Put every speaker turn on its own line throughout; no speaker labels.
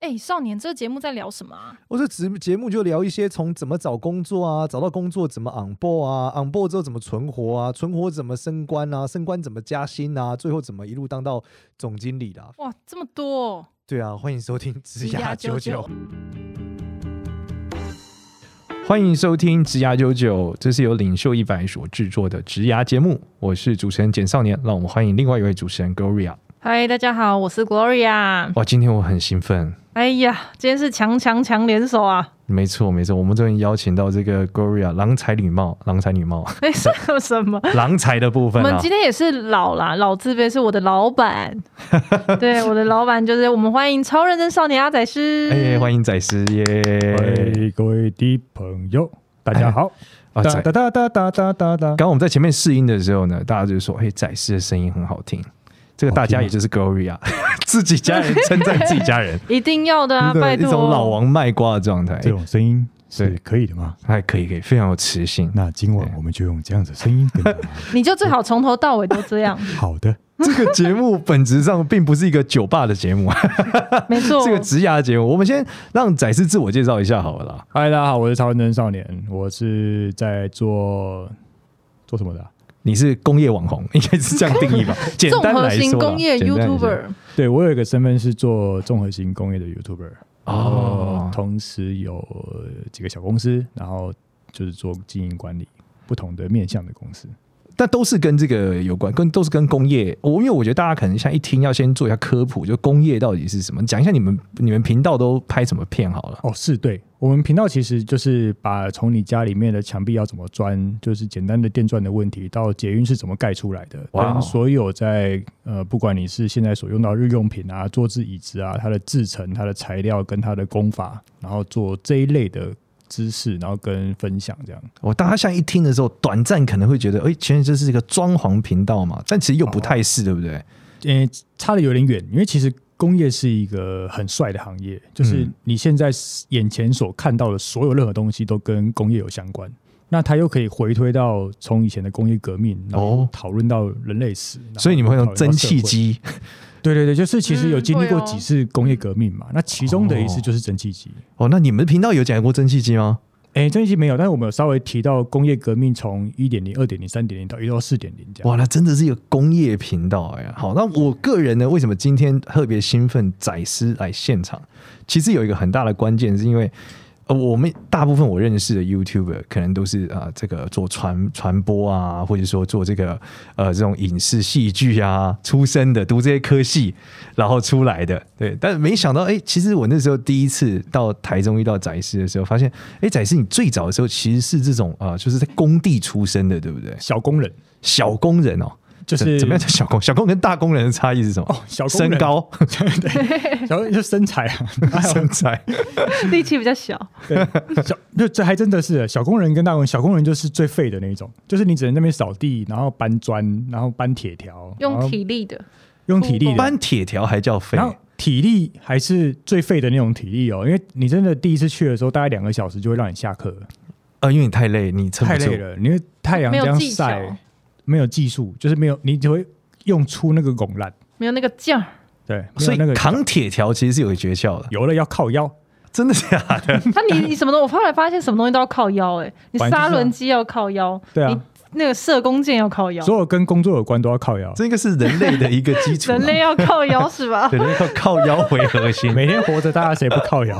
哎、少年，这个节目在聊什么啊？
我这节节目就聊一些从怎么找工作啊，找到工作怎么 on board 啊，on board 之后怎么存活啊，存活怎么升官啊，升官怎么加薪啊，最后怎么一路当到总经理啦。
哇，这么多、哦！
对啊，欢迎收听《职
职涯
涯
九
九九》。欢迎收听《职涯九九》，这是由领袖一百所制作的职涯节目，我是主持人简少年。让我们欢迎另外一位主持人 Gloria。
嗨，大家好，我是 Gloria。
哇，今天我很兴奋，
哎呀，今天是强强强联手啊！
没错没错，我们终于邀请到这个 Gloria 郎才女貌，郎才女貌，
哎，算个什么？
郎才的部
我
分
们
啊
今。天也是老啦，老字辈是我的老 板，对，我的老板就是我们欢迎超认真少年阿仔师。
哎，欢迎仔师耶！
哎嗨，各位的朋友，大家好！
啊，
哒
仔，
哒哒哒哒哒哒哒，
刚刚我们在前面试音的时候呢，大家就说：“嘿，仔师的声音很好听。”啊这个大家也就是 Gloria 自己家人称赞自己家人，
一定要 的啊，
对
拜
一
托。
种老王卖瓜的状态
这，种声音
对
是可以的吗？
还可以，可以，非常有磁性。
那今晚
对
我们就用这样子的声音跟大家。
你就最好从头到尾都这 样，
好 的，
这个节目本质上并不是一个酒吧的节目，啊
没错。
是个职涯节目。我们先让仔师自我介绍一下好了啦。
嗨，大家好，我是超人真少年，我是在做做什么的啊、
你是工业网红，应该是这样定义吧？简
综
单
合
来说啦，
型工业
简单来说
YouTuber，
对我有一个身份是做综合型工业的 YouTuber，
哦
然后同时有几个小公司，然后就是做经营管理不同的面向的公司。
但都是跟这个有关，跟都是跟工业。我因为我觉得大家可能像一听要先做一下科普，就工业到底是什么，讲一下你们你们频道都拍什么片好了。
哦，是对，我们频道其实就是把从你家里面的墙壁要怎么钻，就是简单的电钻的问题，到捷运是怎么盖出来的，
哇哦
跟所有在呃，不管你是现在所用到日用品啊、坐姿椅子啊，它的制成、它的材料跟它的工法，然后做这一类的知识，然后跟分享这样。
我大家像一听的时候，短暂可能会觉得，哎、其实这是一个装潢频道嘛，但其实又不太是，对不对？
呃，差的有点远，因为其实工业是一个很帅的行业，就是
嗯
你现在眼前所看到的所有任何东西都跟工业有相关。那它又可以回推到从以前的工业革命，然后
哦
讨论到人类史，然后
所以你们会
讨
用
论到
蒸
社会
汽。机，
对对对，就是其实有
嗯
经历
会
过
哦
几次工业革命嘛，那其中的一次
哦
就是蒸汽机。
哦，那你们的频道有讲过蒸汽机吗？
哎，蒸汽机没有，但是我们有稍微提到工业革命从一点零、二点零、三点零到一到四点零这样。
哇，那真的是一个工业频道哎、好，那我个人呢，为什么今天特别兴奋宰师来现场？其实有一个很大的关键，是因为。呃，我们大部分我认识的 YouTuber 可能都是啊、呃，这个做传传播啊，或者说做这个呃这种影视戏剧啊出身的，读这些科系，然后出来的，对。但是没想到，哎，其实我那时候第一次到台中遇到翟师的时候，发现，哎，翟师你最早的时候其实是这种啊、呃就是在工地出身的，对不对？
小工人
小工人哦，
就
怎
是
怎么样叫小工？小工跟大工人的差异是什么？
哦，小工人
身， 高、
小就身材 啊，
身材，
力气比较小，
对，小就这还真的是小工人跟大工人，小工人就是最废的那一种，就是你只能在那边扫地，然后搬砖，然后搬铁条，然
用
后
体力的。
用体力的，
搬铁条还叫肥
然后体力还是最废的那种体力哦，因为你真的第一次去的时候，大概两个小时就会让你下课了，
呃，因为你太累，你撑
太
不住
累。了，因为太阳
没有
这样
技巧
晒，没有技术，就是没有你只会用出那个拱烂，
没有那个劲儿，
对，没有
所以
那个
扛铁条其实是有诀窍的，
有了要靠腰，
真的假的？
他你你什么东，我后来发现什么东西都要靠腰、哎，你
反正就
砂
是啊
轮机要靠腰，
对啊
你那个射弓箭要靠腰，
所有跟工作有关都要靠腰，
这应该是人类的一个基础 啊。
人类要靠腰是 吧？
对人类靠靠腰为核心。
每天活着大家谁不靠 腰？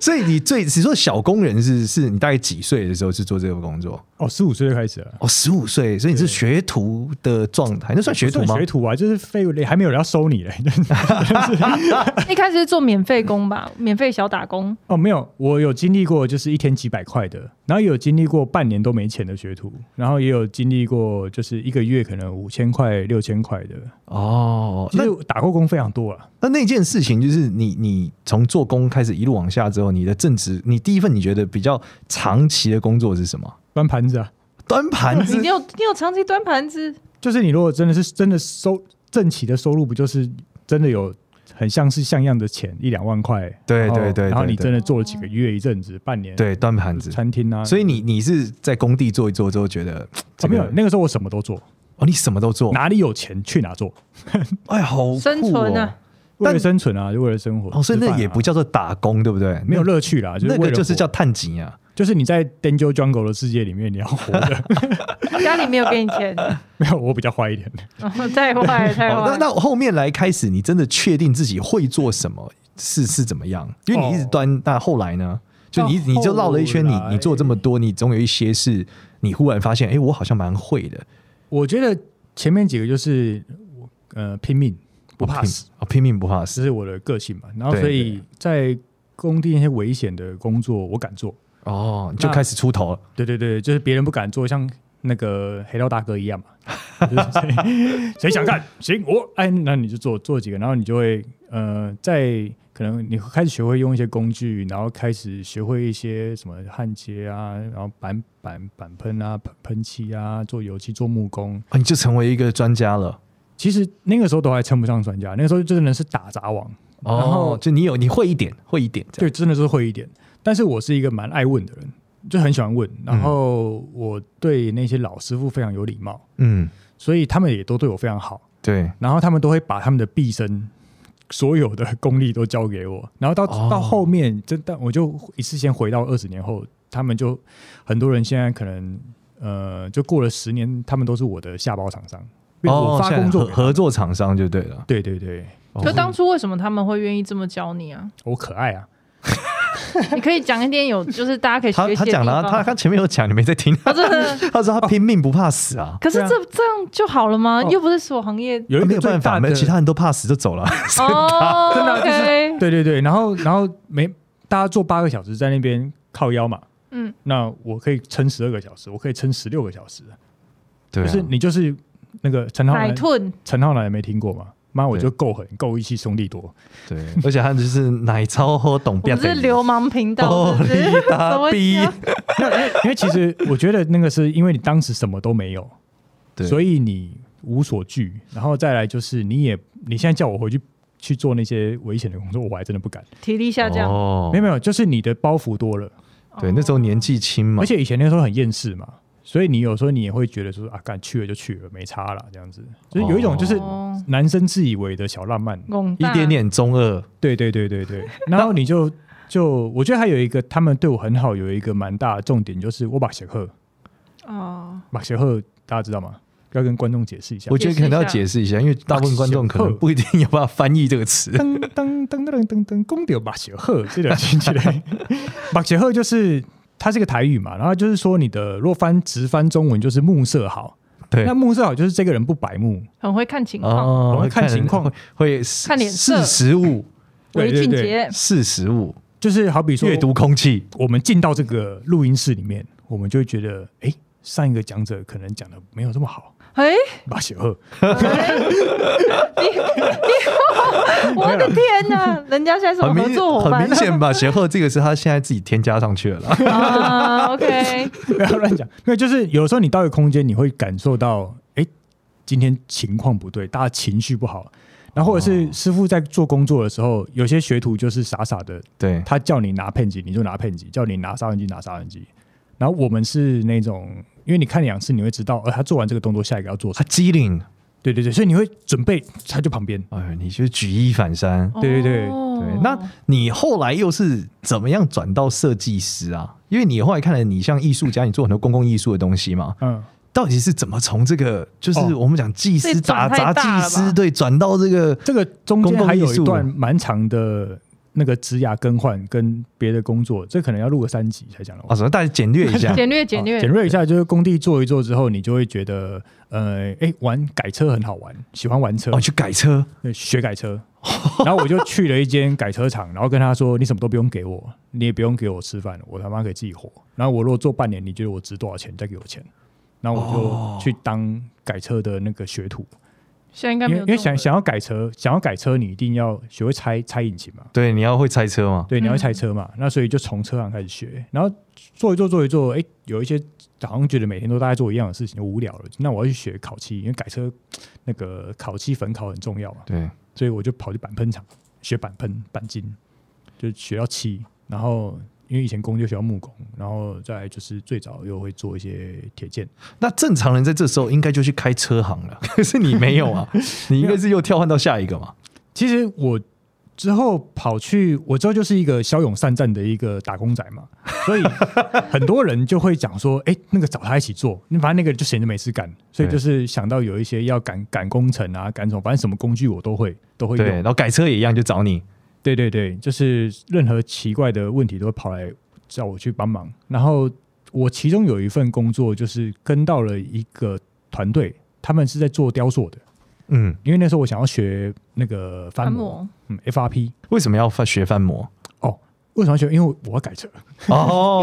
所以你最你说小工人是是你大概几岁的时候是做这个工作？
哦，十五岁就开始了。
哦，十五岁，所以你是学徒的状态，那算学徒吗
不算？学徒啊，就是废物，还没有人要收你嘞。
一开始是做免费工吧，免费小打 工，
哦，没有，我有经历过，就是一天几百块的，然后也有经历过半年都没钱的学徒，然后也有经历过就是一个月可能五千块、六千块的，
哦，
其
那
实我打过工非常多啊了。
那那件事情就是你，你从做工开始一路往下之后，你的正职，你第一份你觉得比较长期的工作是什么？
端盘子啊，
端盘
你
子
你有你有长期端盘子，
就是你如果真的是真的收正期的收入，不就是真的有很像是像样的钱一两万块？
对
然后
对对对
哦然后你
对
真的做了几个月、一阵子、半年，，
对端盘子，
餐厅啊，
所以你你是在工地做一做之后觉得
哦
怎
没
么
有
样？
那个时候我什么都做，
哦哦，你什么都做，
哪里有钱去哪做。
哎，好酷哦
生存啊！
为
但
了生存啊，就为了生活。
哦，所以
吃
那
饭
也
啊
不叫做打工，对不对？
没有乐趣啦，就是
那个
为了
就是
活
叫探井啊。
就是你在 Danger Jungle 的世界里面，你要活 着。
家里没有给你 钱，
没有，我比较坏一点。
哦太坏了太
哦
坏，
那
了。
那后面来开始，你真的确定自己会做什么是是怎么样？因为你一直端，那后来呢？就你
哦到后
你就绕了一圈，你
来
你做这么多，你总有一些是你忽然发现，哎、我好像蛮会的，
我觉得前面几个就是呃拼命不怕死，
我拼命不怕
这
死
是我的个性嘛。然后
对
所
对
以在工地那些危险的工作，我敢做。
哦，你就
那
开始出头了。
对对对，就是别人不敢做，像那个黑道大哥一样嘛。就是谁谁想干，行我哎，那你就做做几个，然后你就会呃，在可能你开始学会用一些工具，然后开始学会一些什么焊接啊，然后板板板喷啊、喷喷漆啊，做油漆、做木工。
啊，你就成为一个专家了。
其实那个时候都还称不上专家，那个时候就真的是打杂王，然
哦
后，
就你有你会一点，会一点这样。
对，真的是会一点。但是我是一个蛮爱问的人，就很喜欢问，然后我对那些老师傅非常有礼貌。
嗯，
所以他们也都对我非常好，
对，
然后他们都会把他们的毕生所有的功力都交给我，然后到、
哦
到后面，真的我就一次先回到二十年后，他们就很多人现在可能呃，就过了十年，他们都是我的下包厂商，因为我
哦，
发
现在
工作
合
给他们、
合作厂商就对了。
对对对，
哦
就当初为什么他们会愿意这么教你 啊？
我可爱啊，
你可以讲一点有，就是大家可以
他
学习
他
的地
讲了
方。
啊，他他前面有讲，你没在听。
他真 的，
啊
他说他拼命不怕死啊，
可是
对啊
这这样就好了吗？
哦
又不是所有行业
啊有一
没
个
有
最
办法，
大
没有
的
其他人都怕死就走了。
哦，
真的啊就是
OK，
对对对，然后然后没大家做八个小时在那边靠腰嘛，
嗯，
那我可以撑十二个小时，我可以撑十六个小时，
对啊
就是你就是那个陈浩
奶
南
吞
陈浩南也没听过嘛？妈，我
对
就够狠，够义气，兄弟多。
对，而且他就是奶超喝懂，
我们是流氓频道，
哦
是不是？ 怎么
逼
讲
那因为因为其实我觉得那个是因为你当时什么都没有，
对
所以你无所惧。然后再来就是你也，你现在叫我回去去做那些危险的工作，我还真的不敢。
体力下降，
哦
没有没有，就是你的包袱多了，
对，那时候年纪轻嘛
而，且以前那时候很厌世嘛。所以你有时候你也会觉得说啊，干去了就去了，没差了这样子，就是有一种就是
哦
男生自以为的小浪漫，
拱
一
大
点点中二。
对对对 对对，然后你就就我觉得还有一个他们对我很好，有一个蛮大的重点就是我把协赫，
哦，
马协赫大家知道吗？要跟观众解释一下
我。觉得可能要解释一下，因为大部分观众可能不一定有办法翻译这个词。
噔噔噔噔噔噔，公掉马协赫，这个 听起来，马协赫就是它是个台语嘛，然后就是说你的若翻直翻中文就是目色好，
对
那，目色好就是这个人不白目，
很会看情况，
哦
我会看
人
情况
会会
看脸色
识时务，
为
对对
俊
对，
杰
识时务，
就是好比说
阅读空气。
我们进到这个录音室里面，我们就会觉得，哎，上一个讲者可能讲的没有这么好，
哎，
马协赫。
我的天哪，人家现在是我
很
合
明
作伙
很
伴
明显吧，协和这个是他现在自己添加上去了啦。
啊，OK，
不要乱讲，没有，就是有时候你到一个空间，你会感受到，哎、今天情况不对，大家情绪不好，然后或
哦
者是师傅在做工作的时候，有些学徒就是傻傻的，
对，
他叫你拿片机你就拿片机，叫你拿杀人机拿杀人机，然后我们是那种，因为你看两次你会知道，呃，他做完这个动作，下一个要做什
他
么，
机灵，
对对对，所以你会准备，他就旁边，
哎，你就举一反三。
对对对
哦
对，那你后来又是怎么样转到设计师啊？因为你后来看了你像艺术家，你做很多公共艺术的东西嘛，
嗯，
到底是怎么从这个就是
哦
我们讲技
这
师杂
转
杂
太大
技
了吧
师对转到这个
这个中
公
间
共
还有
艺
一
术
段蛮长的那个职涯更换跟别的工作，这可能要录个三集才讲得完
啊。什么？大家简略一 下
简略简略
简略一下，就是工地做一做之后，你就会觉得，呃，哎、玩改车很好玩，喜欢玩车，
哦，去改车
对学改车。 然后我就去了一间改车厂，然后跟他说：“你什么都不用给我，你也不用给我吃饭，我他妈可以自己活。然后我如果做半年，你觉得我值多少钱，再给我钱。”然后我就去当改车的那个学徒，
现在应该
因
没有
为因
这
为
种
想
人，
想要改车，想要改车，你一定要学会拆拆引擎嘛。
对，你要会拆车嘛？
对，你要
嗯
拆车嘛，那所以就从车行开始学，然后做一做做一做，哎、有一些好像觉得每天都大概做一样的事情就无聊了，那我要去学烤漆，因为改车那个烤漆粉烤很重要嘛，
对，
所以我就跑去板喷厂学板喷钣金，就学到漆，然后因为以前工就学到木工，然后再来就是最早又会做一些铁件，
那正常 人在这时候应该就去开车行了，可是你没有啊，你应该是又跳换到下一个嘛？
其实我之后跑去，我之后就是一个骁勇善战的一个打工仔嘛，所以很多人就会讲说，哎、那个找他一起做，你反正那个就闲着没事干，所以
对
就是想到有一些要赶赶工程啊，赶什么，反正什么工具我都会都会
对，
用
然。后改车也一样，就找你。
对对对，就是任何奇怪的问题都会跑来找我去帮忙。然后我其中有一份工作就是跟到了一个团队，他们是在做雕塑的，
嗯，
因为那时候我想要学那个翻
翻
模，
模，
嗯，FRP。
为什么要翻学翻模？
哦为什么要学？因为我要改车。
哦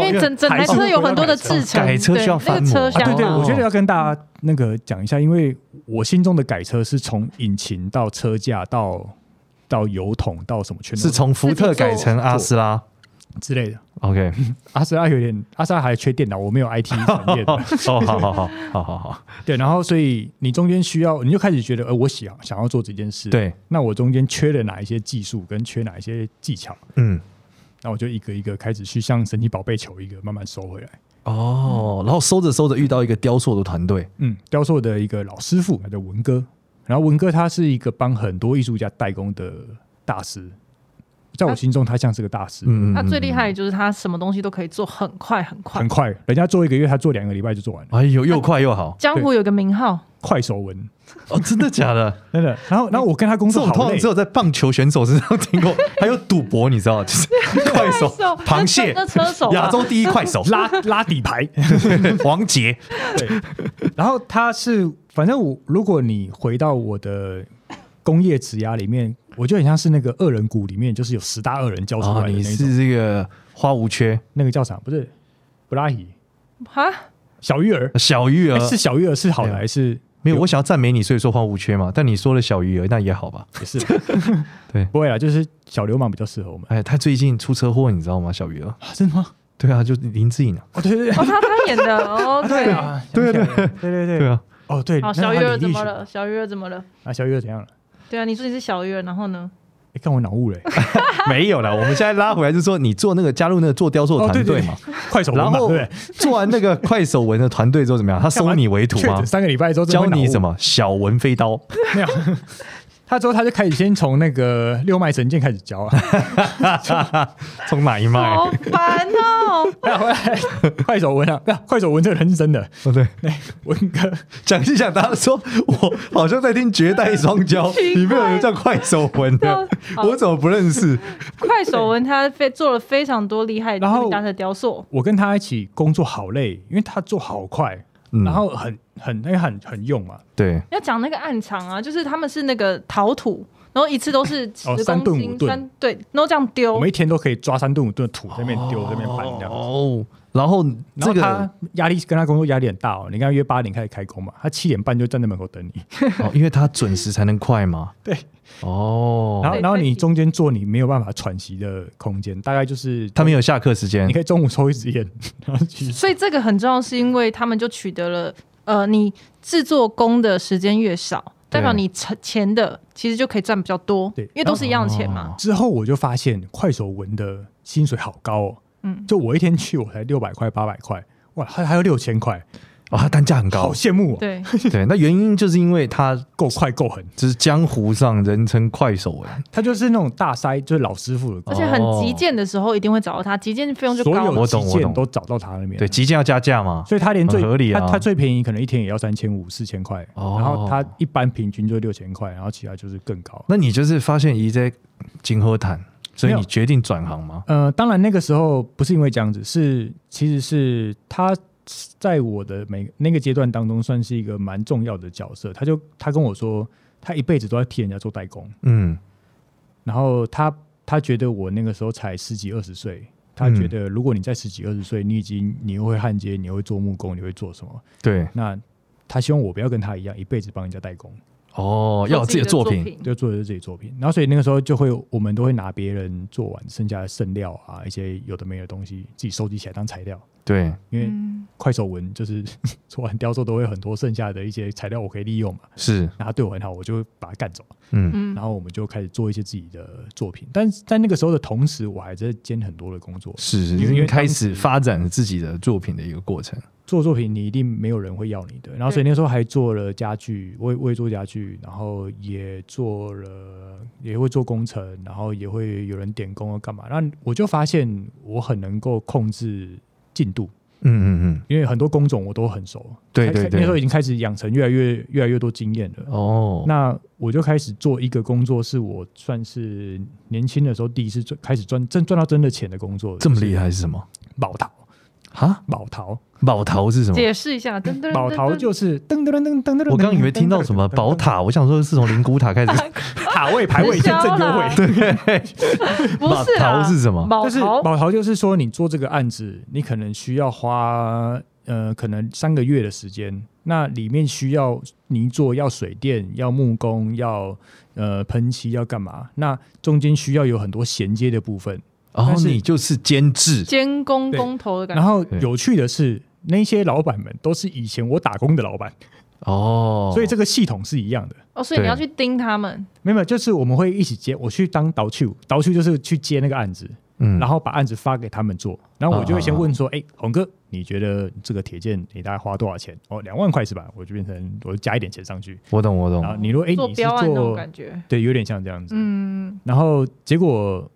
因为整整台车有很多的制成，
哦改车需要
对那
翻
个
模
车
啊
厢
啊，
啊，
对对，
哦
我觉得要跟大家那个讲一下，因为我心中的改车是从引擎到车架到到油桶到什么全都
是从福特改成阿斯拉。
之类的。
OK，
阿斯拉有点，阿斯拉还缺电脑，我没有 IT 产业的。
哦，好好好好好好，
对，然后所以你中间需要，你就开始觉得，呃，我想想要做这件事，，
对，
那我中间缺了哪一些技术，跟缺哪一些技巧，
嗯，
那我就一个一个开始去向神奇宝贝求一个，慢慢收回来。
哦，然后收着收着遇到一个雕塑的团队，
嗯，雕塑的一个老师傅，他叫文哥，然后文哥他是一个帮很多艺术家代工的大师，在我心中他像是个大师，
嗯，嗯
他最厉。害
嗯
的就是他什么东西都可以做很快很快
很。快，人家做一个月，他做两个礼拜就做完了，
哎呦，又快又好
江湖有个名号，
快手文，
哦！真的假的？
真的。然后，然后我跟他 工
这
作
种通
好
常
累
只，有在棒球选手身上听过， 还有赌博，你知道，就是快手、
手
螃蟹
那、车手啊
亚洲第一 快手
拉拉底牌，
王杰，
对，然后他是，反正我如果你回到我的工业职涯里面，我就很像是那个恶人谷里面，就是有十大恶人教出
哦，
来的那
你
一种，
是这个花无缺
那个叫啥？不是布拉伊
啊，
小鱼儿、
小鱼儿
诶哎是小鱼儿是好的
对啊
还是
没有？我想要赞美你，所以说花无缺嘛。但你说了小鱼儿，那也好吧？
也 是？
对
不会啦，就是小流氓比较适合我们、
哎，他最近出车祸，你知道吗？小鱼儿，
啊真的吗？
对啊，就是林志颖啊，
哦，对对对
哦，他他演的，哦，对。
啊，对对对对对
对啊，
哦对，
好，
那
小鱼
他
儿
李
怎
立
么
群？
了？小鱼儿怎么了？
啊，小鱼儿怎样了？
对啊，你说你是小鱼儿，然后呢？
哎，看我脑雾了、欸，
没有啦，我们现在拉回来，就是说你做那个加入那个做雕塑的
哦对
团
对
队
对
嘛，，
快手文
然
嘛，对
后
不对？
做完那个快手文的团队之后怎么样？他收你为徒
确
吗
诊？三个礼拜之后真的
教
会脑雾，
你什么小文飞 刀？
没有，他之后他就开始先从那个六脉神剑开始教啊，
从哪一
哎
脉？
好烦哦！》，
然后后来快手文啊，不要快手文这个人是真 的，
哦，对，
文哥
讲一讲，大家说我好像在听《绝代双骄
奇怪
里面有人叫快手文的，
啊
好
我怎么不认识？
快手文他非做了非常多厉害的
然后
达的雕塑，
我跟他一起工作好累，因为他做好快，
嗯
然后很很因为很很用嘛，
对，
要讲那个暗藏啊，就是他们是那个陶土，然后一次都是十
哦三
公
吨
斤
五吨
三对，然后这样
我
丢
们，一天都可以抓三顿五顿的土在那边丢在那边搬这样。
哦，然后
然
这
后
个
他压力跟他工作压力很大哦，你看他约八点开始开工嘛，他七点半就站在门口等你，
哦因为他准时才能快嘛。
对，
哦，
然后
对
然后
对
你中间做你没有办法喘息的空间，大概就是
他没有下课时间
你可以中午抽一支 烟，然后去
所以这个很重要，是因为他们就取得了呃，你制作工的时间越少，代表你成钱的其实就可以赚比较多，
对哦
因为都是一样的钱嘛。
之后我就发现快手文的薪水好高哦，
嗯，
就我一天去我才六百块八百块，哇，还还有六千块，
哦，他单价很
好
高，
羡慕哦，
对，
对，那原因就是因为他
够快够狠，
就是江湖上人称快手文，
他就是那种大塞，就是老师傅的
而
高，
且很极简的时候一定会找到他，极简费用就
所
高
有
了。
我
的
懂
旗
我懂
舰都找到他那边，
对，，即将要加价嘛，
所以他连最
很合理啊
他他最便宜可能一天也要三千五四千块，
哦
然后他一般平均就六千块，然后其他就是更高。
那你就是发现一在金喝坦，所以
没
你
有
决定转行吗？
呃，当然那个时候不是因为这样子，是其实是他在我的每那个阶段当中算是一个蛮重要的角色。他就他跟我说，他一辈子都在替人家做代工，
嗯，
然后他他觉得我那个时候才十几二十岁，他
嗯
觉得如果你在十几二十岁，你已经你又会焊接，你又会做木工，你会做什么？
对，
那他希望我不要跟他一样，一辈子帮人家代工，
哦，要有自己的作品，
就做的是自己作品。然后所以那个时候就会，我们都会拿别人做完剩下的剩料啊，一些有的没有的东西，自己收集起来当材料。
对，
因为
嗯，
快手文就是 做完雕塑都会有很多剩下的一些材料我可以利用嘛，
是，
然后它对我很好，我就会把它干走，
嗯，
嗯
然后我们就开始做一些自己的作品。但是在那个时候的同时，我还在兼很多的工作，
是是，
因为
因为
当
开
时
始发展自己的作品的一个过程。
做作品你一定没有人会要你的。然后所以那时候还做了家具，我也我也做家具，然后也做了也会做工程，然后也会有人点工啊干嘛。那我就发现我很能够控制进度，
嗯嗯
因为很多工种我都很熟。
对对
开
对
那时候已经开始养成越来越越来越多经验了
嗯，。哦，
那我就开始做一个工作，是我算是年轻的时候第一次赚，开始赚真赚到真的钱的工作。
这么厉？害是什么？
宝陶，
哈，
宝陶，
宝陶是什么？
解释一下，噔 噔，
宝陶就是噔噔噔噔噔噔。
我刚以为听到什么 宝塔，我想说是从灵骨塔 开始。
塔位排位
直
是
销
正优
啦
惠，对，
不是啊
宝陶是什么
宝
就是
陶
宝陶就是说你做这个案子，你可能需要花呃可能三个月的时间，那里面需要泥做、要水电、要木工、要呃喷漆、要干嘛？那中间需要有很多衔接的部分。
然后
但是
哦你就是监制，
监工
对
工头的感
然
觉，
后
对
有趣的是，那些老板们都是以前我打工的老板，
哦，
所以这个系统是一样的。
哦，所以你
对
要去盯他们，
没有，没有就是我们会一起接，我去当导去，导去就是去接那个案子，
嗯
然后把案子发给他们做，然后我就会先
啊啊啊
问说，哎、红哥，你觉得这个铁件你大概花多少钱？哦，两万块是吧？我就变成我就加一点钱上去，
我懂我
然
懂，
后你如果哎、
做
你是
标案那种
做
感觉，
对，有点像这样子，
嗯，
然后结果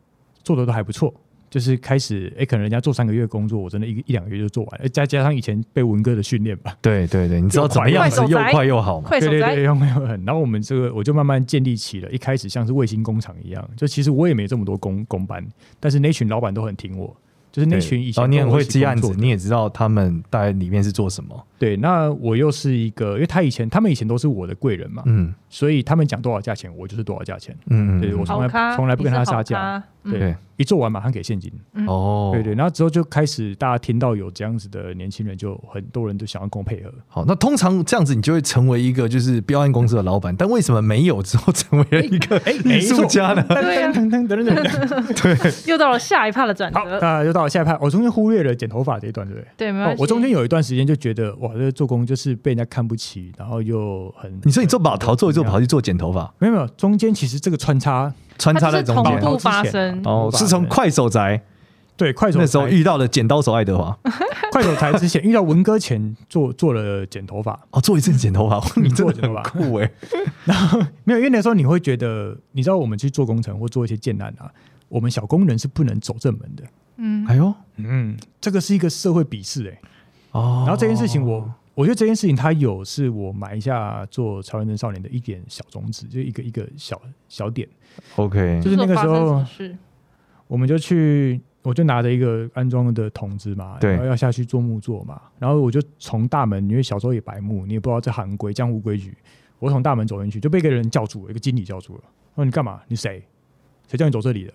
做的都还不错，就是开始哎、可能人家做三个月工作，我真的一个一两个月就做完了，哎再加上以前被文哥的训练吧。
对对对，你知道怎么样子
快手
又
宅
快又好嘛？
快手
对对
仔
对，用用很。然后我们这个我就慢慢建立起了，一开始像是卫星工厂一样，就其实我也没这么多工工班，但是那群老板都很挺我，就是那
对
群以
然后
前
你
跟
很
我
会
一起
接案
工作
子，
的。
你也知道他们大概里面是做什么。
对，那我又是一个，因为他以前他们以前都是我的贵人嘛，
嗯
所以他们讲多少价钱，我就是多少价钱。
嗯，嗯
对我
嗯
从
好
来
咖，
从来不跟他
你是好
杀价
咖，嗯
对，
对
一做完马上给现金。
哦，
对对，然后之后就开始大家听到有这样子的年轻人，就很多人都想要跟我配合。
好，那通常这样子，你就会成为一个就是标案公司的老板，但为什么没有之后成为了一个
哎，
艺术家呢？
对啊
噔噔噔噔噔噔噔。
又到了下一趴的转
好，
折，
那就到了下一趴。我中间忽略了剪头发这一段，对不对？
对，没
哦
关，系，
我中间有一段时间就觉得，哇，这个做工就是被人家看不起，然后又很……
你说你做宝陶做一做跑
怎么样
去做剪头发，
没有没有，中间其实这个穿插
穿
它
插
就
在
是
中
同
间
宝。
步
头之前
发
啊
生，
哦，是从快手宅
对快手
那时候
才
遇到了剪刀手爱德华，
快手才之前遇到文哥前做做了剪头发，
哦，做一阵剪 头发，你真
做
的
剪头发
很酷哎，
没有，因为那时候你会觉得，你知道我们去做工程或做一些建案啊，我们小工人是不能走正门的，
嗯，
哎呦，
嗯，这个是一个社会鄙视哎、
哦，
然后这件事情我，我觉得这件事情它有是我埋下做超人真少年的一点小种子，就一个一个小小点。
OK，
就是那个时
做
候
发生什么事
我们就去，我就拿着一个安装的筒子嘛，
对
然后要下去做木作嘛，然后我就从大门，因为小时候也白目，你也不知道这行规江湖规矩，我从大门走进去就被一个人叫住，一个经理叫住了，说你干嘛？你谁？谁叫你走这里的？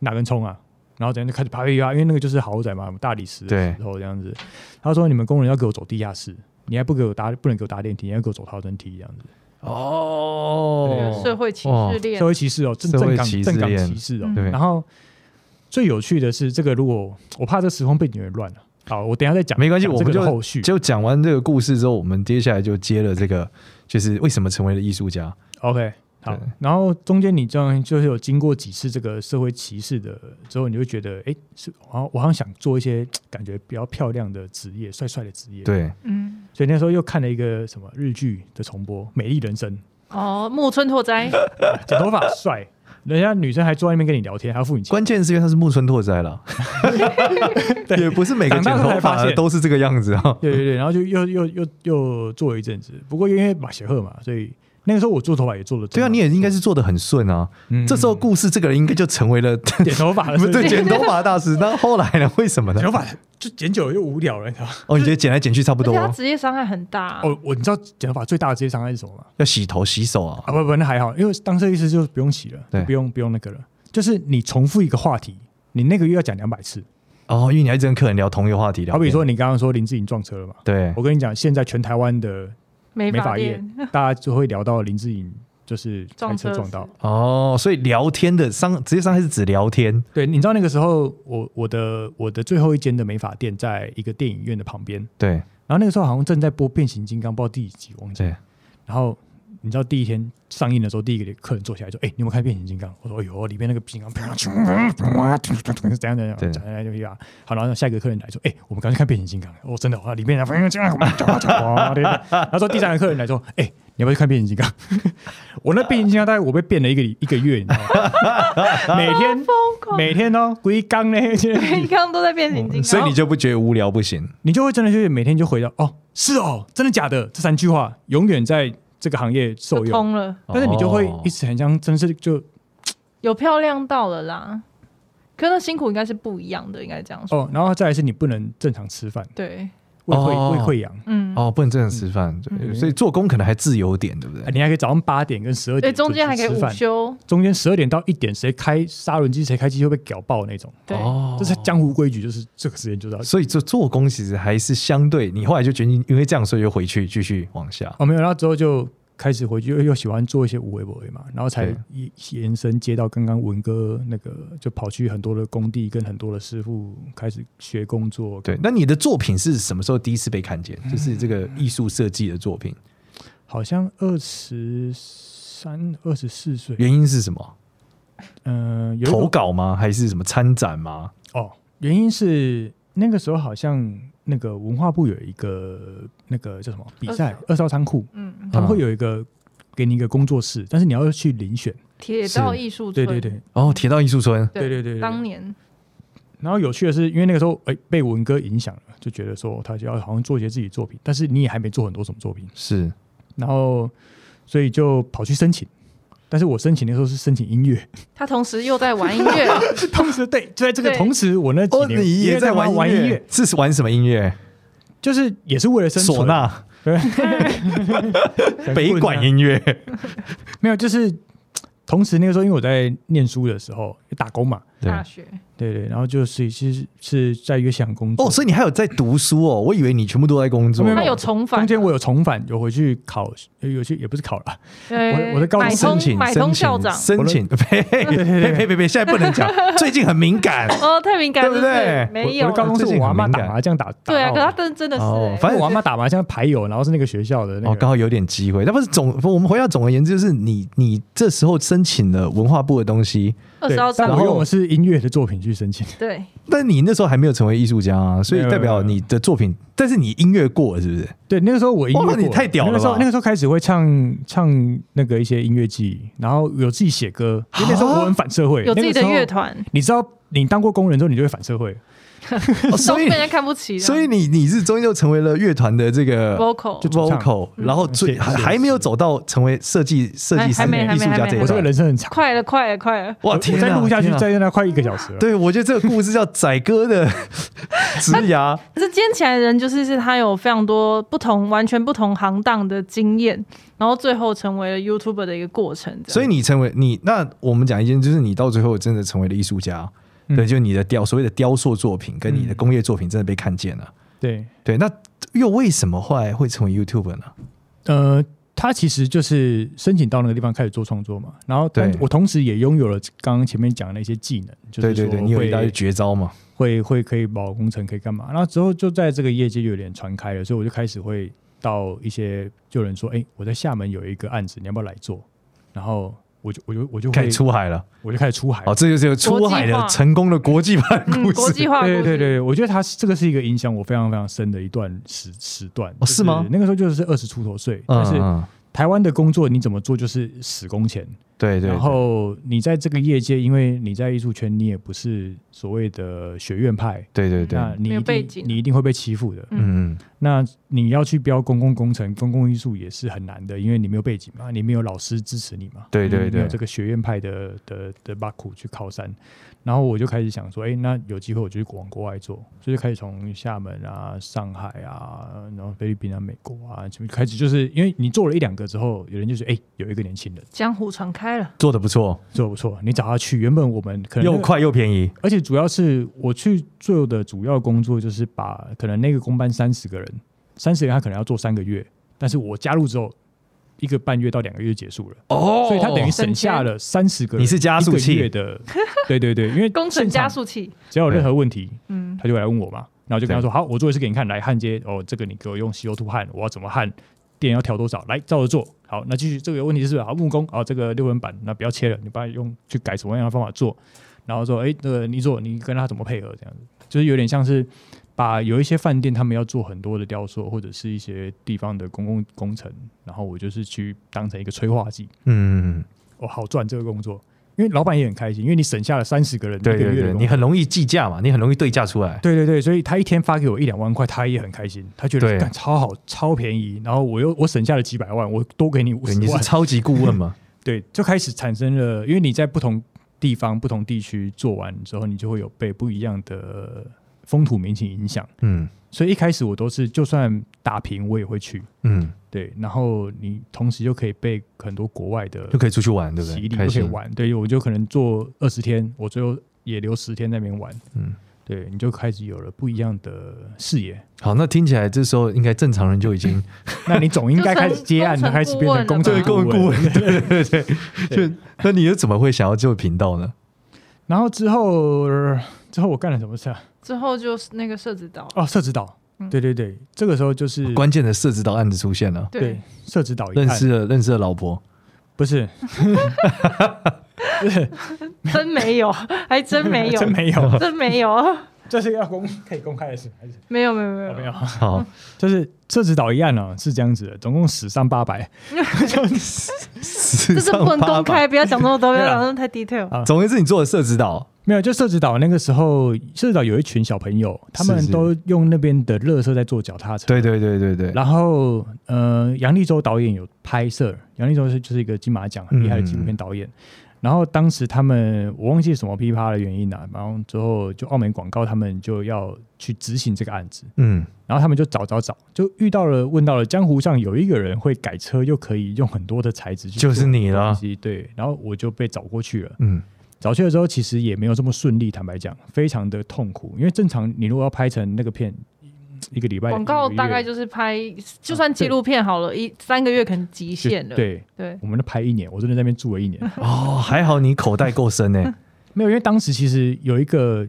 哪根葱啊？然后怎样就开始啪啪啪，因为那个就是豪宅嘛，大理石的
对
石头这样子。他说你们工人要给我走地下室，你还不给我搭，不能给我搭电梯，你要给我走逃生梯这样子。
哦，
啊社会歧
哇
视链
社，会歧视哦，正
社
正
会
港
歧视
正港
恋
歧视哦。
嗯
对
然后最有趣的是，这个如果我怕这时空背景有点乱了、啊好，我等一下再讲，
没关系
讲
我
这
们
个的后续
就讲完这个故事之后，我们接下来就接了这个，就是为什么成为了艺术家？
OK。好
对，
然后中间你这样就是有经过几次这个社会歧视的之后，你就觉得，哎，是，我好像我好像想做一些感觉比较漂亮的职业，帅帅的职业。，
对，
嗯，
所以那时候又看了一个什么日剧的重播，《美丽人生
哦，木村拓哉，》，
剪头发帅， 人家女生还坐在那边跟你聊天，还要付你钱。
关键是因为他是木村拓哉 了，也不是每个剪
长大后
头
才发
发
现
的都是这个样子啊。
对对对，然后就又又又又做了一阵子，不过因为马鞋赫嘛，所以那个时候我做头发也做了。
对啊，你也应该是做的很顺啊。
嗯
这时候故事这个人应该就成为了
剪头发了，
不对
剪
剪头发大师。那后来呢？为什么呢
剪？头发就剪久了就无聊了，你知道吗？
哦，你觉得剪来剪去差不
而且
多，啊
他职业伤害很大，
哦，我你知道剪头发最大的职业伤害是什么吗？
要洗头洗手啊
啊，。不不，那还好，因为当设计师就不用洗了，
对
就不用不用那个了。就是你重复一个话题，你那个月要讲两百次。
哦，因为你要一直跟客人聊同一个话题，聊
好比说你刚刚说林志颖撞车了嘛，
对
我跟你讲，现在全台湾的
美
美
发
发业
店，
大家就会聊到林志颖就是开车撞到
撞。
哦，所以聊天的伤职业伤害是指聊天
对，你知道那个时候，我我的我的最后一间的美发店在一个电影院的旁边，
对
然后那个时候好像正在播《变形金刚》，不知道第几集，忘记了。
对
然后你知道第一天上映的时候，第一个客人坐下来说：“哎、你有没有看变形金刚？”我说：“哎呦，里面那个呃变形金刚哦啪啦，怎样怎样，讲来就去啊。”好，然后下一个客人来说：“哎、我们刚才看变形金刚，哦，真的，哇，里面啊，然后说第三个客人来说：“哎、你要不要去看变形金刚？我那变形金刚大概我被变了一个一个月，你知道吗？每天
疯狂，
每天哦，龟 缸呢，
每刚都在变
啊
形
哦
金刚，
嗯
哦
所以你就不觉得无聊不行？
你就会真的就是每天就回到哦，是哦，真的假的？这三句话永远在这个行业受
就
用，
通了，
但是你就会
哦
一直很像，真是就
有漂亮到了啦。可那辛苦应该是不一样的，应该这样说。
哦，然后再来是你不能正常吃饭，
对，
胃会、
哦
胃会痒，
嗯，
哦，不能这样吃饭，对，
嗯
所以做工可能还自由点，对不
啊
对？
你还可以早上八点跟十二
对，
点
中间
准
还可以
时吃
午
饭，
休，
中间十二点到一点谁开砂轮机谁开机会被屌爆那种，
对，
哦
这是江湖规矩，就是这个时间就是要。
所以做做工其实还是相对，你后来就决定因为这样，所以就回去继续往下。
哦，没有，然后之后就开始回去又又喜欢做一些无为不为嘛，然后才
对
一延伸接到刚刚文哥那个，就跑去很多的工地跟很多的师傅开始学工作。
对，那你的作品是什么时候第一次被看见？
嗯
就是这个艺术设计的作品，
好像二十三、二十四岁，
原因是什么？
嗯、有一
投
个
稿吗？还是什么参展吗？
哦，原因是那个时候好像那个文化部有一个那个叫什么比赛，二少仓库，
嗯，
他们会有一个给你一个工作室，但是你要去遴选。
铁道艺术
对
村，
对对
哦，铁道艺术村，
对对对对，
当年
然后有趣的是，因为那个时候哎、被文哥影响了，就觉得说他就要好像做一些自己作品，但是你也还没做很多什么作品，
是
然后所以就跑去申请。但是我申请的时候是申请音 乐，
他同时又在玩音 乐，
同时对，就在这个
对
同时，我那几
哦，
年、
你也在玩
玩
音
乐
乐，，是玩什么音乐？
就是也是为了生存。
唢呐、
对
北管音乐，
没有，就是嗯同时那个时候，因为我在念书的时候打工嘛，
对
大学
对对，然后就是其实是在乐器行工作。
哦，所以你还有在读书哦？我以为你全部都在工作
没。有
他
没
有重返，
中间我有重返，有回去考，有去也不是考了，
对
我我的高中
买
哦申请
通买
申
通
请
校长，
申 请，呸 呸呸呸呸！现在不能 讲，最近很敏感。
哦，太敏感了，
对不
是是
对
没
我
有
的高
啦，
中是
最近
我阿
很
妈
敏
打
感
麻将打，打
对啊，
到
可是他
的
真真的是
哦
欸，
反正
我阿妈打麻将牌友，然后是那个学校的那
哦，
个，
刚好有点机会。那不是总，我们回到总而言之，就是你你这时候申请了文化部的东西，
二
对
十号，
但
场
我，用的是音乐的作品去申请，
对，
但你那时候还没有成为艺术家啊，所以
没有
代表你的作品，但是你音乐过了是不是？
对，那个时候我音乐
哇
过
你太屌了吧
那个时候那个时候开始会唱唱那个一些音乐季，然后有自己写歌，因为那时候我很反社会，
啊有自己的
那个时候
乐团，
你知道，你当过工人之后，你就会反社会，
哦
都
所
被
以
人家看不起的，
所以你你是终于就成为了乐团的这个
vocal 嗯
就主唱
vocal，然后最
是
还
是
还没有走到成为设计设计师
还还没
艺术家
还
这一
没
我这个
段。
人生很长，
快了，快了，快了。
哇
我
哦天
我再
哪
录下去
天，哪
再那快一个小时了。
对，我觉得这个故事叫宰哥 的职涯，
可是捡起来的人就是是他有非常多不同、完全不同行当的经验，然后最后成为了 YouTuber 的一个过程。
所以你成为你那我们讲一件，就是你到最后真的成为了艺术家，
嗯
对，就你的雕所谓的雕塑作品跟你的
嗯
工业作品真的被看见了。
对，
对，那又为什么后来会成为 YouTube 呢？
呃，他其实就是申请到那个地方开始做创作嘛，然后但
对
我同时也拥有了刚刚前面讲的那些技能，就是
对对对，
说
你有一大堆
会
绝招嘛？
会会可以保工程，可以干嘛？然后之后就在这个业界就有点传开了，所以我就开始会到一些就有人说，哎、我在厦门有一个案子，你要不要来做？然后我就我就我就
开
会
始出海了，
我就开始出海
哦，，这就是出
国
海
际
的
化
成功的国际版故
嗯，国
事。
际化，
对
国际
对对，我觉得他是这个是一个影响我非常非常深的一段时时段、
哦
就是
吗
那个时候就是二十出头岁，
嗯
但是
嗯，
台湾的工作你怎么做就是死工钱，
对对。对
然后你在这个业界，因为你在艺术圈，你也不是所谓的学院派，
对对对，
那
嗯
你
没有
一
背
定
景
你一定会被欺负的。
嗯，
那你要去标公共工程、公共艺术也是很难的，因为你没有背景嘛，你没有老师支持你嘛，
对对
你没有
对
嗯这个学院派的的的巴库去靠山。然后我就开始想说，哎，那有机会我就去往国外做，所以就开始从厦门啊、上海啊，然后菲律宾啊、美国啊，就开始就是因为你做了一两个之后，有人就说，哎，有一个年轻人
江湖传开了，
做的不错，
做得不错，你找他去。原本我们可能那
又
个
快又便宜。
而且主要是我去做的主要工作就是把可能那个公班三十个人，三十个人他可能要做三个月，但是我加入之后一个半月到两个月就结束了，
哦
所以他等于省下了三十个人。
你是加速器
一个月的，对对对，因为
工程加
现
速器，
场只要有任何问题，
嗯，
他就会来问我嘛，然后就跟他说好，我做一次给你看，来焊接哦，这个你给我用 CO2 焊，我要怎么焊，电要调多少，来照着做，好，那继续这个有问题是好木工啊、哦，这个六分板那不要切了，你把它用去改什么样的方法做，然后说哎，这个你做你跟他怎么配合这样子，就是有点像是把有一些饭店他们要做很多的雕塑或者是一些地方的公共工程，然后我就是去当成一个催化剂，
嗯，
我、好赚这个工作，因为老板也很开心，因为你省下了三十个人一个
对
月的
对对，
工
你很容易计价嘛，你很容易对价出来。
对对对，所以他一天发给我一两万块，他也很开心，他觉
对
得干超好、超便宜，然后我又我省下了几百万，我多给你五
对，
十
你是
万，
超级顾问 嘛？
对，就开始产生了，因为你在不同地方、不同地区做完之后，你就会有被不一样的风土民情影响，
嗯
所以一开始我都是就算打平我也会去，
嗯，
对，然后你同时又可以被很多国外的
就可以出去玩，对不
洗
对？
礼
开
就可以
心。
玩，对，我就可能做二十天，我最后也留十天在那边玩，
嗯，
对，你就开始有了不一样的视野。
好，那听起来这时候应该正常人就已 经
那你总应该开始接案，
就成
开始变成工
工
程
程
对
顾
顾问
顾
顾。
问
问，对对对 对。就那你又怎么会想要做频道呢？
然后之后之后我干了什么事啊？
之后就是那个社子岛，
哦，社指导
嗯，
对对对，这个时候就是
关键的设置到案子出现了，
对
对，
社指导一
认
案
识了认识了老 婆，
不是不是
真没 有，还真没有，
真没有，
真没有，
这是要公可以公开的事还是
没有没有没有
哦没有？
好，
就是社指导一案呢是这样子的，总共死伤八百
这
这是不能公开，。不要讲那么多，不要讲那么太 detail。
啊
总而言之，你做了社指导，
没有，就社指导那个时候，社指导有一群小朋友，他
是
们
是
都用那边的乐色在做脚踏车。
对对对对对，
然后，呃，杨立洲导演有拍摄，杨立洲是就是一个金马奖很厉害的纪录片导演。
嗯
然后当时他们我忘记什么噼啪的原因了、然后之后就澳门广告他们就要去执行这个案子，
嗯，
然后他们就找找找，就遇到了问到了江湖上有一个人会改车，又可以用很多的材质去
就是
做
你
东
了，
西，对。然后我就被找过去了，
嗯，
找去的时候其实也没有这么顺利，坦白讲，非常的痛苦，因为正常你如果要拍成那个片，一个礼拜
广告
一个月
大概就是拍，就算纪录片好了，一三个月可能极
就
限了。
对。
对，
我们都拍一年，我真的在那边住了一年。
哦，还好你口袋够深呢，
没有，因为当时其实有一个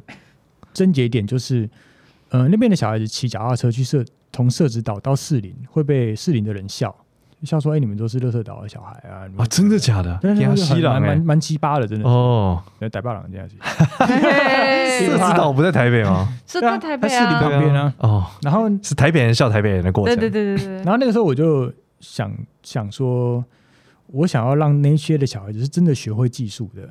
症结点，就是呃那边的小孩子骑脚踏车去社从社子岛到士林，会被士林的人笑，就笑说：“哎、你们都是乐色岛的小孩啊！”你们
啊，真的假的？
对对
亚
对，
西
很
朗
蛮
哎，
蛮鸡巴的，真的。哦，
哦，
逮霸郎这样子，
嘿
啊
社指导不在台北吗？
是在台北
对啊
啊
旁。边啊
哦，
然后
是台北人笑台北人的过
对
程，
对对对
然
对，
后那个时候我就想想说，我想要让那些的小孩子是真的学会技术的。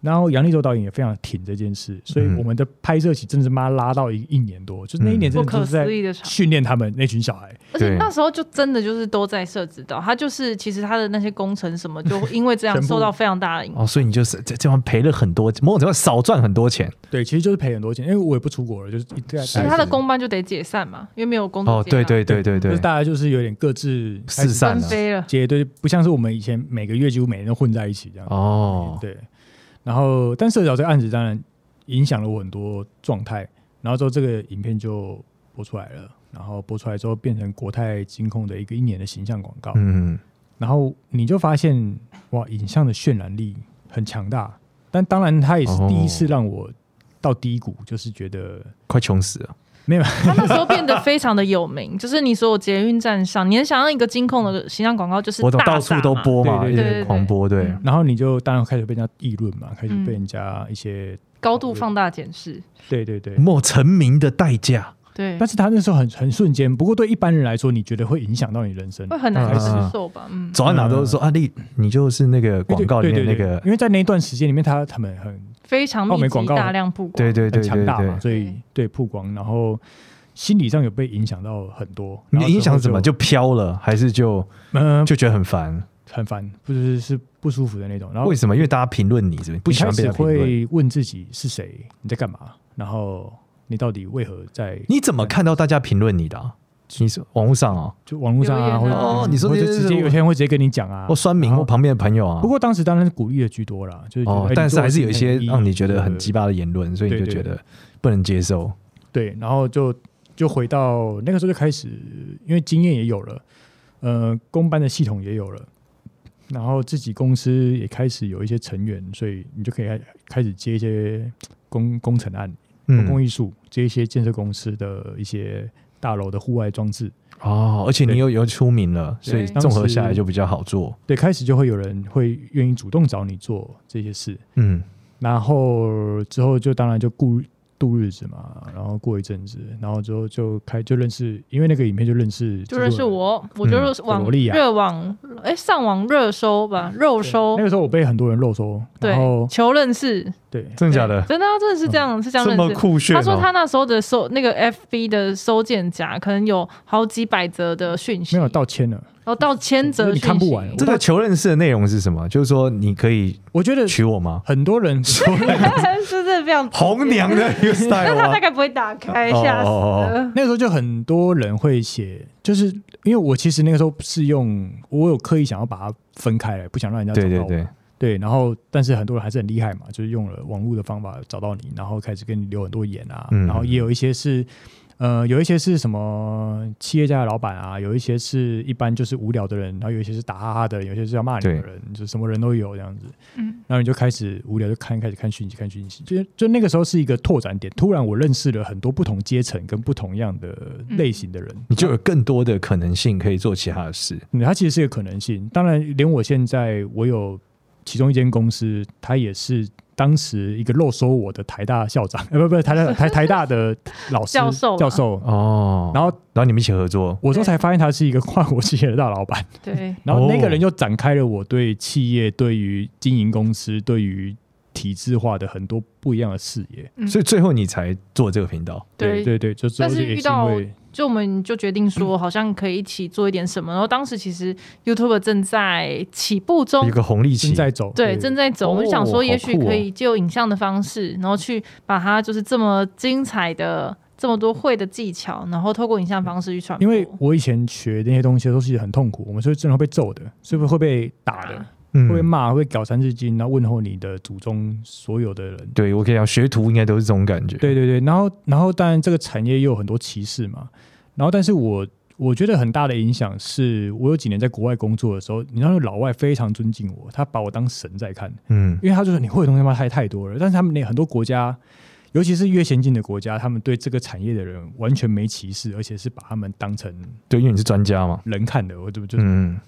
然后杨立洲导演也非常挺这件事，所以
嗯
我们的拍摄期真的是妈拉到一一年多，就是那一年
嗯
真
不
的就
可
是在
思议的场。
训练他们那群小孩。
而且
对
那时候就真的就是都在社指导，他就是其实他的那些工程什么，就因为这样
全部
受到非常大的影响。
哦，所以你就是在这方赔了很多，某种程度上少赚很多钱。
对，其实就是赔很多钱，因为我也不出国了，就是一直在
是
其实
待
他
着
的公班就得解散嘛，因为没有工作
哦，
接
对
了，
对对对
就
对
是，大家就是有点各自开始
四散
分
了
飞 了。
结对，不像是我们以前每个月几乎每天都混在一起这样。
哦，
对，然后但社长这个案子当然影响了我很多状态，然后之后这个影片就播出来了，然后播出来之后变成国泰金控的一个一年的形象广告，
嗯，
然后你就发现哇，影像的渲染力很强大，但当然它也是第一次让我到低谷，就是觉得
快穷死了。
他那时候变得非常的有名，就是你所有捷运站上，你能想象一个金控的形象广告就是
我懂，
大
到处
撒
都
嘛
播嘛，
对
一
对
对
直狂播，对
嗯，
然后你就当然开始被人家议论嘛，开始
嗯
被人家一些、
高度放大检视，
对对对。
莫成名的代价。
对
但，是他那时候很很瞬间，不过对一般人来说，你觉得会影响到你人生，
会很难
嗯
接
嗯嗯
受吧？嗯，
走到哪都是说啊，你你就是那个广告里面那
对对对
个
对，因为在那一段时间里面，他他们很
非常
澳
密
门
集
广告
大量曝光，
对对
很
对对
强大嘛，
对。
所以对曝光，然后心理上有被影响到很多。
你
然后之后
影响怎么就飘了，还是就
嗯、
就觉得很烦？
很烦，不是是不舒服的那种。然后
为什么？因为大家评论你，是不是不
你
喜
开
欢被
始
人家评论？
会问自己是谁，你在干嘛，然后你到底为何在
你怎么看到大家评论你的啊？你说网络上哦，
就网络上啊，
留
或
言
者
啊哦
你说
或
这哦
者
些是
直接有些人会直接跟你讲啊，
或酸民
然
或
后
旁边的朋友啊
不。过当时当然是鼓励的居多啦，就是觉得
哦
哎，
但
你
是
做
还
的
是有一
事情
些
很有意义
让你觉得很
对
鸡巴的言论，所以你就
对
觉
对
得不能接受。
对，然后就就回到那个时候就开始，因为经验也有了，呃，公班的系统也有了，然后自己公司也开始有一些成员，所以你就可以开开始接一些工工程案、公
嗯
共艺术，接一些建设公司的一些大楼的户外装置，
哦，而且你又有出名了，所以
对
综合下来就比较好做。
对，开始就会有人会愿意主动找你做这些事，
嗯，
然后之后就当然就顾度日子嘛，然后过一阵子，然后之后就开就认识，因为那个影片就认识制
就
作人，
认识我，我
嗯
就是往
佛罗利
啊
亚
热网，哎，上网热搜吧，肉
对
搜
那，个时候我被很多人漏搜，
对
然后，
求认识，
对，
真的假的？
真的啊真的是这样，是这样
这
认
么
识。
酷炫、哦？
他说他那时候的收那个 FB 的收件夹，可能有好几百则的讯息，
没有
然
到签了，
后到千则
就
讯
是你
息，
看不完
这个求认识的内容是什么？就是说你可以
我觉得
娶我吗？
很多人 说
是这非常
红娘的 u s t y
那
l
他大
吗？
概不会打开，吓死
哦
了。
那时候就很多人会写，就是因为我其实那个时候是用，我有刻意想要把它分开来，不想让人家找
对对
到我。
对，
对然后但是很多人还是很厉害嘛，就是用了网络的方法找到你，然后开始跟你留很多言啊，
嗯
然后也有一些是。呃，有一些是什么企业家的老板啊，有一些是一般就是无聊的人，然后有一些是打哈哈的人，有一些是要骂你的
对
人，就什么人都有这样子。
嗯，
然后你就开始无聊，就看开始看讯息，看讯息，就就那个时候是一个拓展点。突然我认识了很多不同阶层跟不同样的类型的人，
你就有更多的可能性可以做其他的事。
嗯它其实是一个可能性。当然，连我现在我有其中一间公司，它也是当时一个漏收我的台大校长，呃，不不，台大台台大的老师
教授啊
教授。
哦，
然后
然后你们一起合作，
我之后才发现他是一个跨国企业的大老板。
对，
然后那个人就展开了我对企业、对于经营公司、对于体制化的很多不一样的视野。
嗯
所以最后你才做这个频道。
对
对对，就
但是
之后也
遇到
因为
就我们就决定说，好像可以一起做一点什么。然后当时其实 YouTube 正在起步中
有，个红利期
正，在走，
对，正在走。
哦
我就想说，也许
好酷哦
可以借由影像的方式，然后去把它就是这么精彩的、这么多会的技巧，然后透过影像方式去传播。
因为我以前学那些东西都是很痛苦，我们是真的会被揍的，是不是会被打
啊
的，
嗯
会被骂，会搞三字经，然后问候你的祖宗所有的人。
对我跟你讲，学徒应该都是这种感觉。
对对对，然后然后当然这个产业也有很多歧视嘛，然后但是我我觉得很大的影响是我有几年在国外工作的时候，你知道那老外非常尊敬我，他把我当神在看，
嗯，
因为他就说你会的东西他妈太太多了，但是他们那很多国家，尤其是越先进的国家，他们对这个产业的人完全没歧视，而且是把他们当成
对，因为你是专家嘛。
人看的，我怎么就是，
嗯，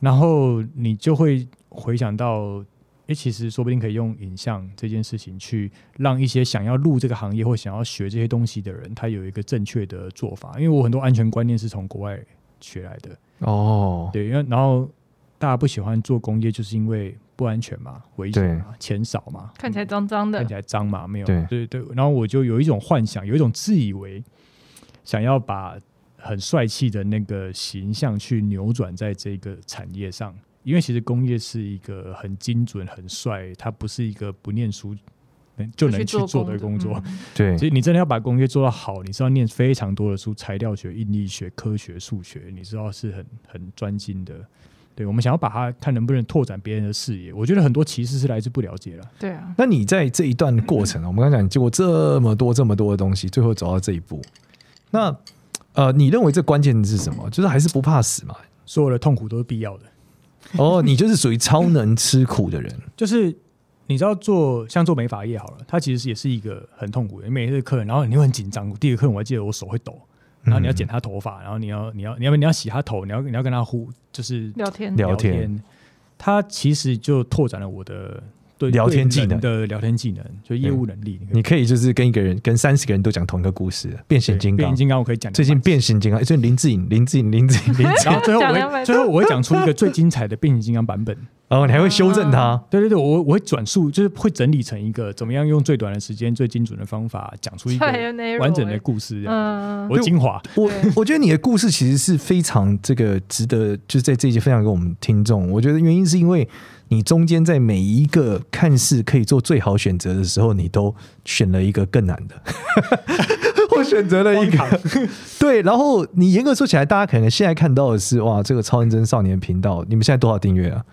然后你就会回想到。诶，其实说不定可以用影像这件事情去让一些想要入这个行业或想要学这些东西的人，他有一个正确的做法。因为我很多安全观念是从国外学来的，
哦，
对，因为然后大家不喜欢做工业，就是因为不安全嘛、危险嘛、钱少嘛，
看起来脏脏的
看，起来脏嘛，没有啊
对
对对。然后我就有一种幻想，有一种自以为想要把很帅气的那个形象去扭转在这个产业上，因为其实工业是一个很精准、很帅，它不是一个不念书能就能去做的工作。
嗯
对
所，以你真的要把工业做到好，你是要念非常多的书，材料学、应力学、科学、数学，你知道是很很专精的。对，我们想要把它看能不能拓展别人的视野。我觉得很多歧视是来自不了解了。
对啊，
那你在这一段过程，我们刚才讲，你经过这么多这么多的东西，最后走到这一步，那呃，你认为这关键是什么？就是还是不怕死嘛？
所有的痛苦都是必要的。
哦， 你就是属于超能吃苦的人，
就是你知道做像做美发业好了，它其实也是一个很痛苦的，每一个客人，然后你会很紧张。第一个客人我还记得我手会抖，
嗯
然后你要剪他头发，然后你要你要你要你要洗他头，你要你要跟他呼就是
聊天
聊天
他其实就拓展了我的对
聊天技
对
能
人的聊天技能，就业务能力。你可以
你可以就是跟一个人跟三十个人都讲同一个故事，变形金
变
刚
形。金刚我可以讲
最近
200次
变形金刚，诶最近林志颖，林志颖，林志颖，林志 颖，
然后最后我
讲200
会
次
最后我会讲出一个最精彩的变形金刚版本。
哦，你还会修正他，
对对对，我我会转述，就是会整理成一个怎么样用最短的时间、最精准的方法讲出一个完整的故事这样。
嗯，
我精华，
我
对
我觉得你的故事其实是非常这个值得，就是在这一集分享给我们听众。我觉得原因是因为你中间在每一个看似可以做最好选择的时候，你都选了一个更难的， 我选择了一个 对。然后你严格说起来，大家可能现在看到的是哇，这个超认真少年频道，你们现在多少订阅啊？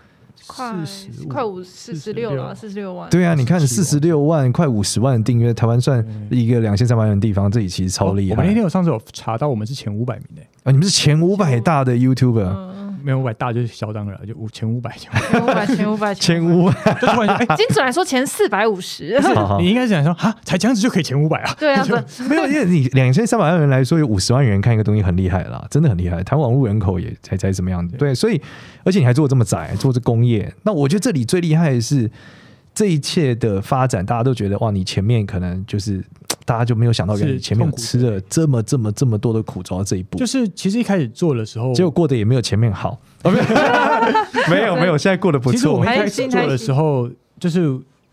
快
45
快五四十六了，四十六万，
对啊，你看四十
46
六万快五十万的订阅，台湾算一个两千三百万的地方，这里其实超厉
哦我们那
害
天有上次有查到，我们是前五百名诶、
啊！你们是前五百大的 YouTuber。
嗯，
没有五百大就是小当然了，就五前五百前500
千五百千五百
前五百，
就突然 间哎。
精准来说前四百五十，
好好
你应该想说啊，才这样子就可以前五百啊？
对啊，
就
不
没有，因为你两千三百万人来说，有五十万人看一个东西很厉害啦，真的很厉害。台湾网络人口也才才怎么样的？对，所以而且你还做得这么窄，做这工业，那我觉得这里最厉害的是这一切的发展，大家都觉得哇，你前面可能就是大家就没有想到，
是
原来前面
痛苦的
吃了这么这么这么多的苦，走到这一步，
就是其实一开始做的时候，
结果过得也没有前面 好。哦没有没有没有，现在过得不
其实我
错
们一。开
还
始
行
做的时候，就是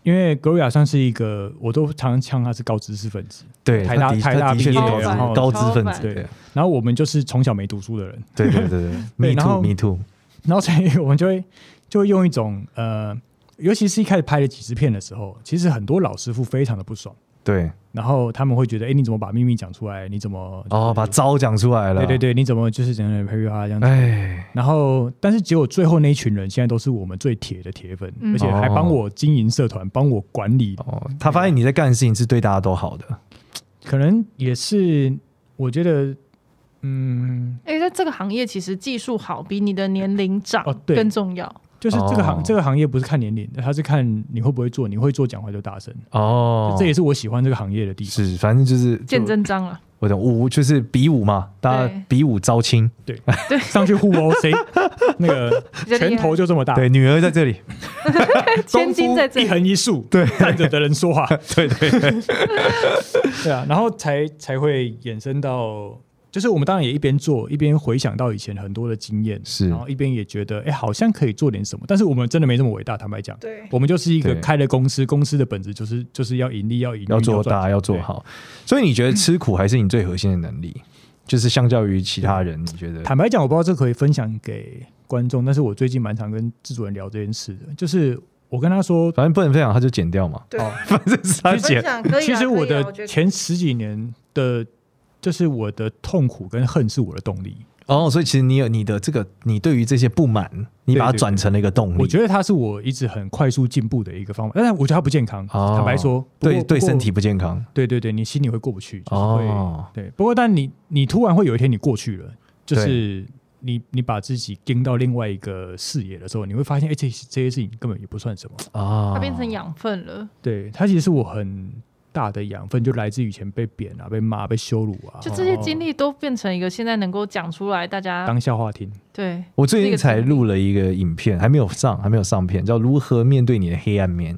因为 Gloria 算是一个，我都常呛她是高知识分子，
对，
台
他
大
的
台大
他的确是
毕业
高知
然后
高知分子，
对
对
然后我们就是从小没读书的人，
对对对对
对
，me
然后
too me too，
然后所以我们就会就会用一种呃，尤其是一开始拍了几支片的时候，其实很多老师傅非常的不爽，
对，
然后他们会觉得，哎，你怎么把秘密讲出来？你怎么
哦，把招讲出来了，
对对对，你怎么就是整个培育他这样子？
哎，
然后，但是结果最后那一群人现在都是我们最铁的铁粉，
嗯
而且还帮我经营社团，帮我管理，
哦，他发现你在干的事情是对大家都好的，
可能也是我觉得，嗯，
哎，在这个行业其实技术好比你的年龄长
哦对
更重要。
就是这个行、
哦
这个行业不是看年龄，它是看你会不会做，你会做讲话就大声，
哦
这也是我喜欢这个行业的地方。
是，反正就是
见
就
真章啊了，
我懂，武就是比武嘛，大家
对
比武招亲，
上去互殴， 谁那个
比较厉害
拳头就这么大，
对，女儿在这里，
千金在这
功夫一
里，
横一竖，对，站着的人说话，
对对，
对啊，然后才才会衍生到，就是我们当然也一边做一边回想到以前很多的经验，
是
然后一边也觉得，哎，好像可以做点什么，但是我们真的没这么伟大，坦白讲，
对，
我们就是一个
对
开了公司，公司的本质就是就是要盈利，要盈利，
要做
赚
大，
钱
要做。好，所以你觉得吃苦还是你最核心的能力，就是相较于其他人，你觉得
对坦白讲，我不知道这可以分享给观众，但是我最近蛮常跟制作人聊这件事的，就是我跟他说，
反正不能分享，他就剪掉嘛，
对
哦
反正是他剪，
享可
其实我
可以啊
的前十几年的，就是我的痛苦跟恨是我的动力。
哦，所以其实你有你的这个，你对于这些不满，你把它
对对
转成了一个动力，
我觉得它是我一直很快速进步的一个方法，但是我觉得它不健康。
哦
坦白说，不过
对对
不过
身体不健康，
对对对，你心里会过不去，就是会、
哦，
对。不过，但你你突然会有一天你过去了，就
对
是你你把自己盯到另外一个视野的时候，你会发现，哎、这这些事情根本也不算什么。
啊，
它变成养分了，
对，它其实是我很大的养分，就来自于以前被贬啊、被骂、被羞辱啊，
就这些经历都变成一个现在能够讲出来，大家
当笑话听。
对
我最近
那
才
个经历
录了一个影片，还没有上，还没有上片，叫《如何面对你的黑暗面》。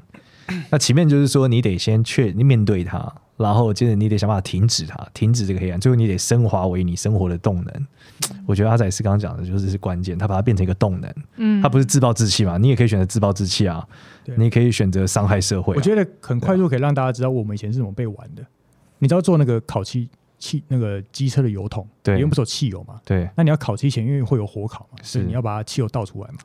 那前面就是说，你得先确你面对它，然后接着你得想办法停止它，停止这个黑暗，最后你得升华为你生活的动能。我觉得阿仔是刚刚讲的，就是是关键，他把它变成一个动能，
嗯
他不是自暴自弃嘛？你也可以选择自暴自弃啊，
对
你也可以选择伤害社会、啊。
我觉得很快速可以让大家知道我们以前是怎么被玩的。你知道做那个烤漆汽那个机车的油桶，
对
因为不是有汽油嘛？
对
那你要烤漆前，因为会有火烤嘛，
是
所以你要把汽油倒出来嘛。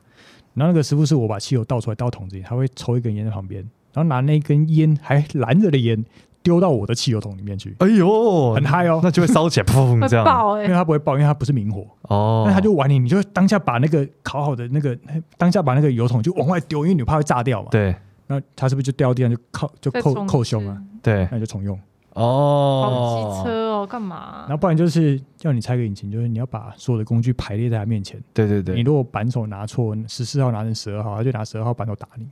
然后那个师傅是我把汽油倒出来倒桶子里，他会抽一根烟在旁边，然后拿那根烟还拦着的烟丢到我的汽油桶里面去，
哎呦，
很嗨哦
那就会烧起来，砰，
会
这样
爆
因
哎
为，他不会爆，因为他不是明火，
哦，
那他就玩你，你就当下把那个烤好的那个当下把那个油桶就往外丢，因为你怕会炸掉嘛。，
对
那他是不是就掉地上就扣就
再
扣
重
扣胸
置
啊？，
对
那你就重用。
好
哦
机，车哦，干
啊
然后
嘛？
不然就是要你拆个引擎，就是你要把所有的工具排列在他面前。
对对
你
对，
如果扳手拿错，十四号拿成十二号，他就拿十二号扳手打你，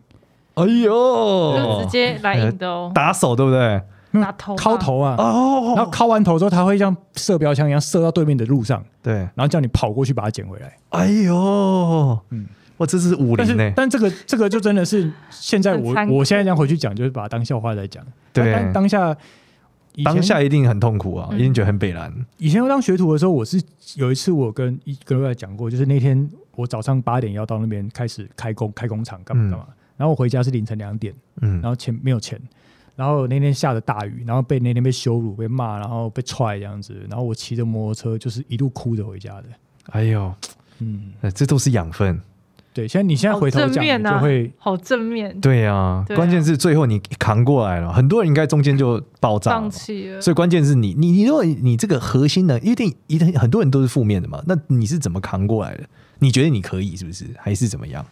哎
就
呦，
直接来硬的哦，
哦呃打手对不对？
拿头
敲
吧，
头啊。
哦，
然后敲完头之后，他会像射标枪一样射到对面的路上，
对，
然后叫你跑过去把它捡回来。
哎呦，
嗯
哇，这是武
但
林呢、
是，但这个这个就真的是现在我
很残酷
我现在这样回去讲，就是把它当笑话在讲。
对
但当下以前
当下一定很痛苦啊，
嗯
一定觉得很北蓝。
以前当学徒的时候，我是有一次我跟一跟外讲过，就是那天我早上八点要到那边开始开工开工厂干嘛干嘛，然后我回家是凌晨两点，
嗯
然后钱没有钱，然后那天下着大雨，然后被那天被羞辱、被骂，然后被踹这样子，然后我骑着摩托车就是一路哭着回家的。
哎呦，
嗯，
呃这都是养分。
对，现在你现在
好
回头
正
讲，
面
你就
啊
会
好正面，
对啊，
对啊
关键是最后你扛过来了，很多人应该中间就爆炸
放
了。
弃了。
所以关键是你，你你如果你这个核心呢，一定一定很多人都是负面的嘛，那你是怎么扛过来的？你觉得你可以是不是？还是怎么样？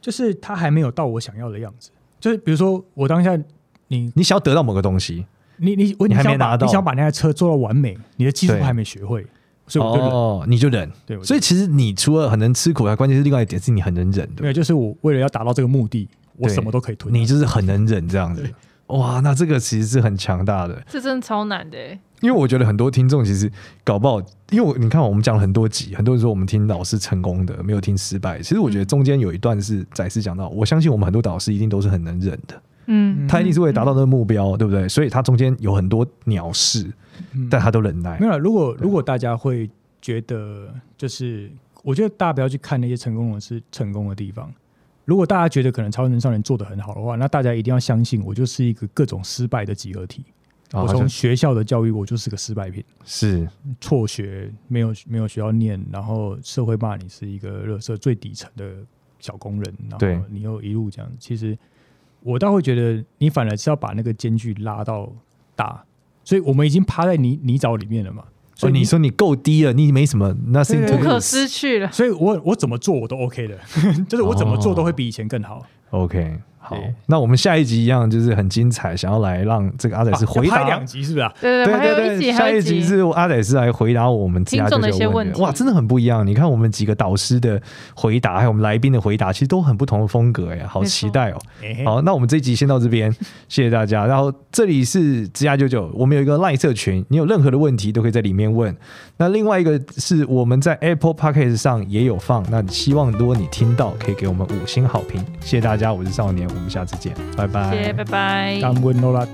就是他还没有到我想要的样子，就是比如说我当下你
你想要得到某个东西，
你你我
你还没
想把
拿到
你想把那台车做到完美，你的技术
对
还没学会，所以我就忍。
哦，你就忍。
对我就
所以其实你除了很能吃苦，还关键是另外一点是你很能忍
没
的，
有，就是我为了要达到这个目的，我
对
什么都可以吞。
你就是很能忍这样子
对。
哇，那这个其实是很强大的，
这真的超难的欸。
因为我觉得很多听众其实搞不好，因为我你看我们讲了很多集，很多人说我们听导师成功的，没有听失败。其实我
嗯
觉得中间有一段是展示讲到，我相信我们很多导师一定都是很能忍的，
嗯，
他一定是为了达到那个目标，对不对？所以他中间有很多鸟事，
嗯
但他都忍耐
没。有啦，如果如果大家会觉得，就是我觉得大家不要去看那些成功人士成功的地方。如果大家觉得可能超能少年做得很好的话，那大家一定要相信，我就是一个各种失败的集合体。
啊好
我从
像
学校的教育，我就是个失败品，
是
辍学，没有没有学校念，然后社会骂你是一个热社最底层的小工人，然
对
后你又一路这样。其实我倒会觉得，你反而是要把那个间距拉到大，所以我们已经趴在泥泥沼里面了嘛。所
所以
以
哦
你
你说你够低了，你没什么 nothing
对
to
嗯无
lose
可失去了。
所以我我怎么做我都 OK 的， 就是我怎么做都会比以前更好。
OK，好
对，
那我们下一集一样就是很精彩，想要来让这个阿仔斯
啊
回
要
答。
拍两集是不是啊？
对
对
对，还
对
有
对
一集，还
下
有
一集是阿仔斯来回答我们其他
听众的
舅舅
一些
问
问题
哇，真的很不一样。你看我们几个导师的回答，还有我们来宾的回答，其实都很不同的风格哎，好
没错
期待哦。
嘿嘿
好，那我们这一集先到这边， 谢谢大家。然后这里是职涯九九，我们有一个赖社群，你有任何的问题都可以在里面问。那另外一个是我们在 Apple Podcast 上也有放，那希望如果你听到，可以给我们五星好评，谢谢大家。我是少年，我们下次见，拜拜。
谢谢，拜拜。
干温喽啦。